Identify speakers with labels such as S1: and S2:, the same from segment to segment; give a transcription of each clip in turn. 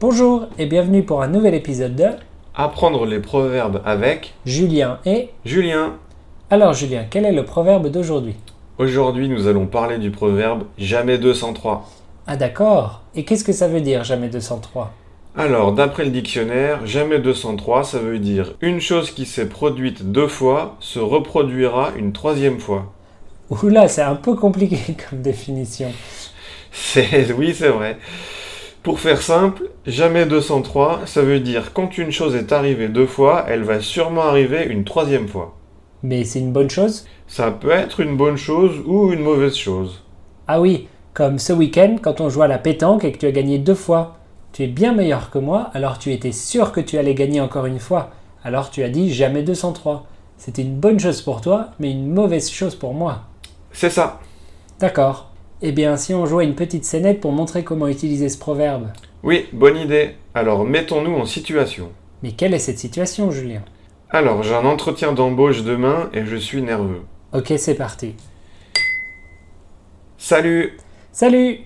S1: Bonjour et bienvenue pour un nouvel épisode de
S2: Apprendre les proverbes avec
S1: Julien et...
S2: Julien.
S1: Alors Julien, quel est le proverbe d'aujourd'hui
S2: Aujourd'hui, nous allons parler du proverbe jamais 203.
S1: Ah d'accord, et qu'est-ce que ça veut dire jamais 203
S2: Alors, d'après le dictionnaire, jamais 203, ça veut dire une chose qui s'est produite deux fois se reproduira une troisième fois.
S1: Oula, c'est un peu compliqué comme définition.
S2: C'est oui, c'est vrai. Pour faire simple, jamais 203, ça veut dire quand une chose est arrivée deux fois, elle va sûrement arriver une troisième fois.
S1: Mais c'est une bonne chose
S2: Ça peut être une bonne chose ou une mauvaise chose.
S1: Ah oui, comme ce week-end quand on jouait à la pétanque et que tu as gagné deux fois. Tu es bien meilleur que moi, alors tu étais sûr que tu allais gagner encore une fois. Alors tu as dit jamais 203. C'était une bonne chose pour toi, mais une mauvaise chose pour moi.
S2: C'est ça.
S1: D'accord. Eh bien, si on jouait une petite scénette pour montrer comment utiliser ce proverbe.
S2: Oui, bonne idée. Alors, mettons-nous en situation.
S1: Mais quelle est cette situation, Julien
S2: Alors, j'ai un entretien d'embauche demain et je suis nerveux.
S1: Ok, c'est parti.
S2: Salut
S1: Salut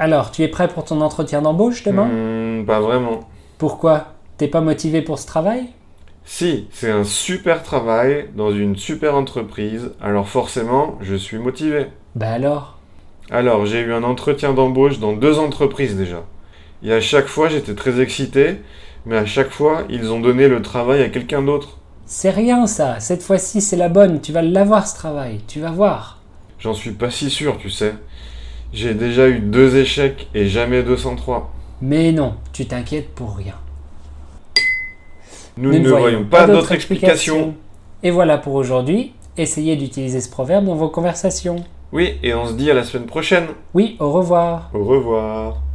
S1: Alors, tu es prêt pour ton entretien d'embauche demain
S2: Hmm, Pas vraiment.
S1: Pourquoi T'es pas motivé pour ce travail
S2: Si, c'est un super travail dans une super entreprise, alors forcément, je suis motivé.
S1: Bah alors
S2: Alors, j'ai eu un entretien d'embauche dans deux entreprises déjà. Et à chaque fois, j'étais très excité, mais à chaque fois, ils ont donné le travail à quelqu'un d'autre.
S1: C'est rien ça, cette fois-ci c'est la bonne, tu vas l'avoir ce travail, tu vas voir.
S2: J'en suis pas si sûr, tu sais. J'ai déjà eu deux échecs et jamais 203.
S1: Mais non, tu t'inquiètes pour rien.
S2: Nous, ne voyons pas d'autre explication.
S1: Et voilà pour aujourd'hui, essayez d'utiliser ce proverbe dans vos conversations.
S2: Oui, et on se dit à la semaine prochaine.
S1: Oui, au revoir
S2: Au revoir.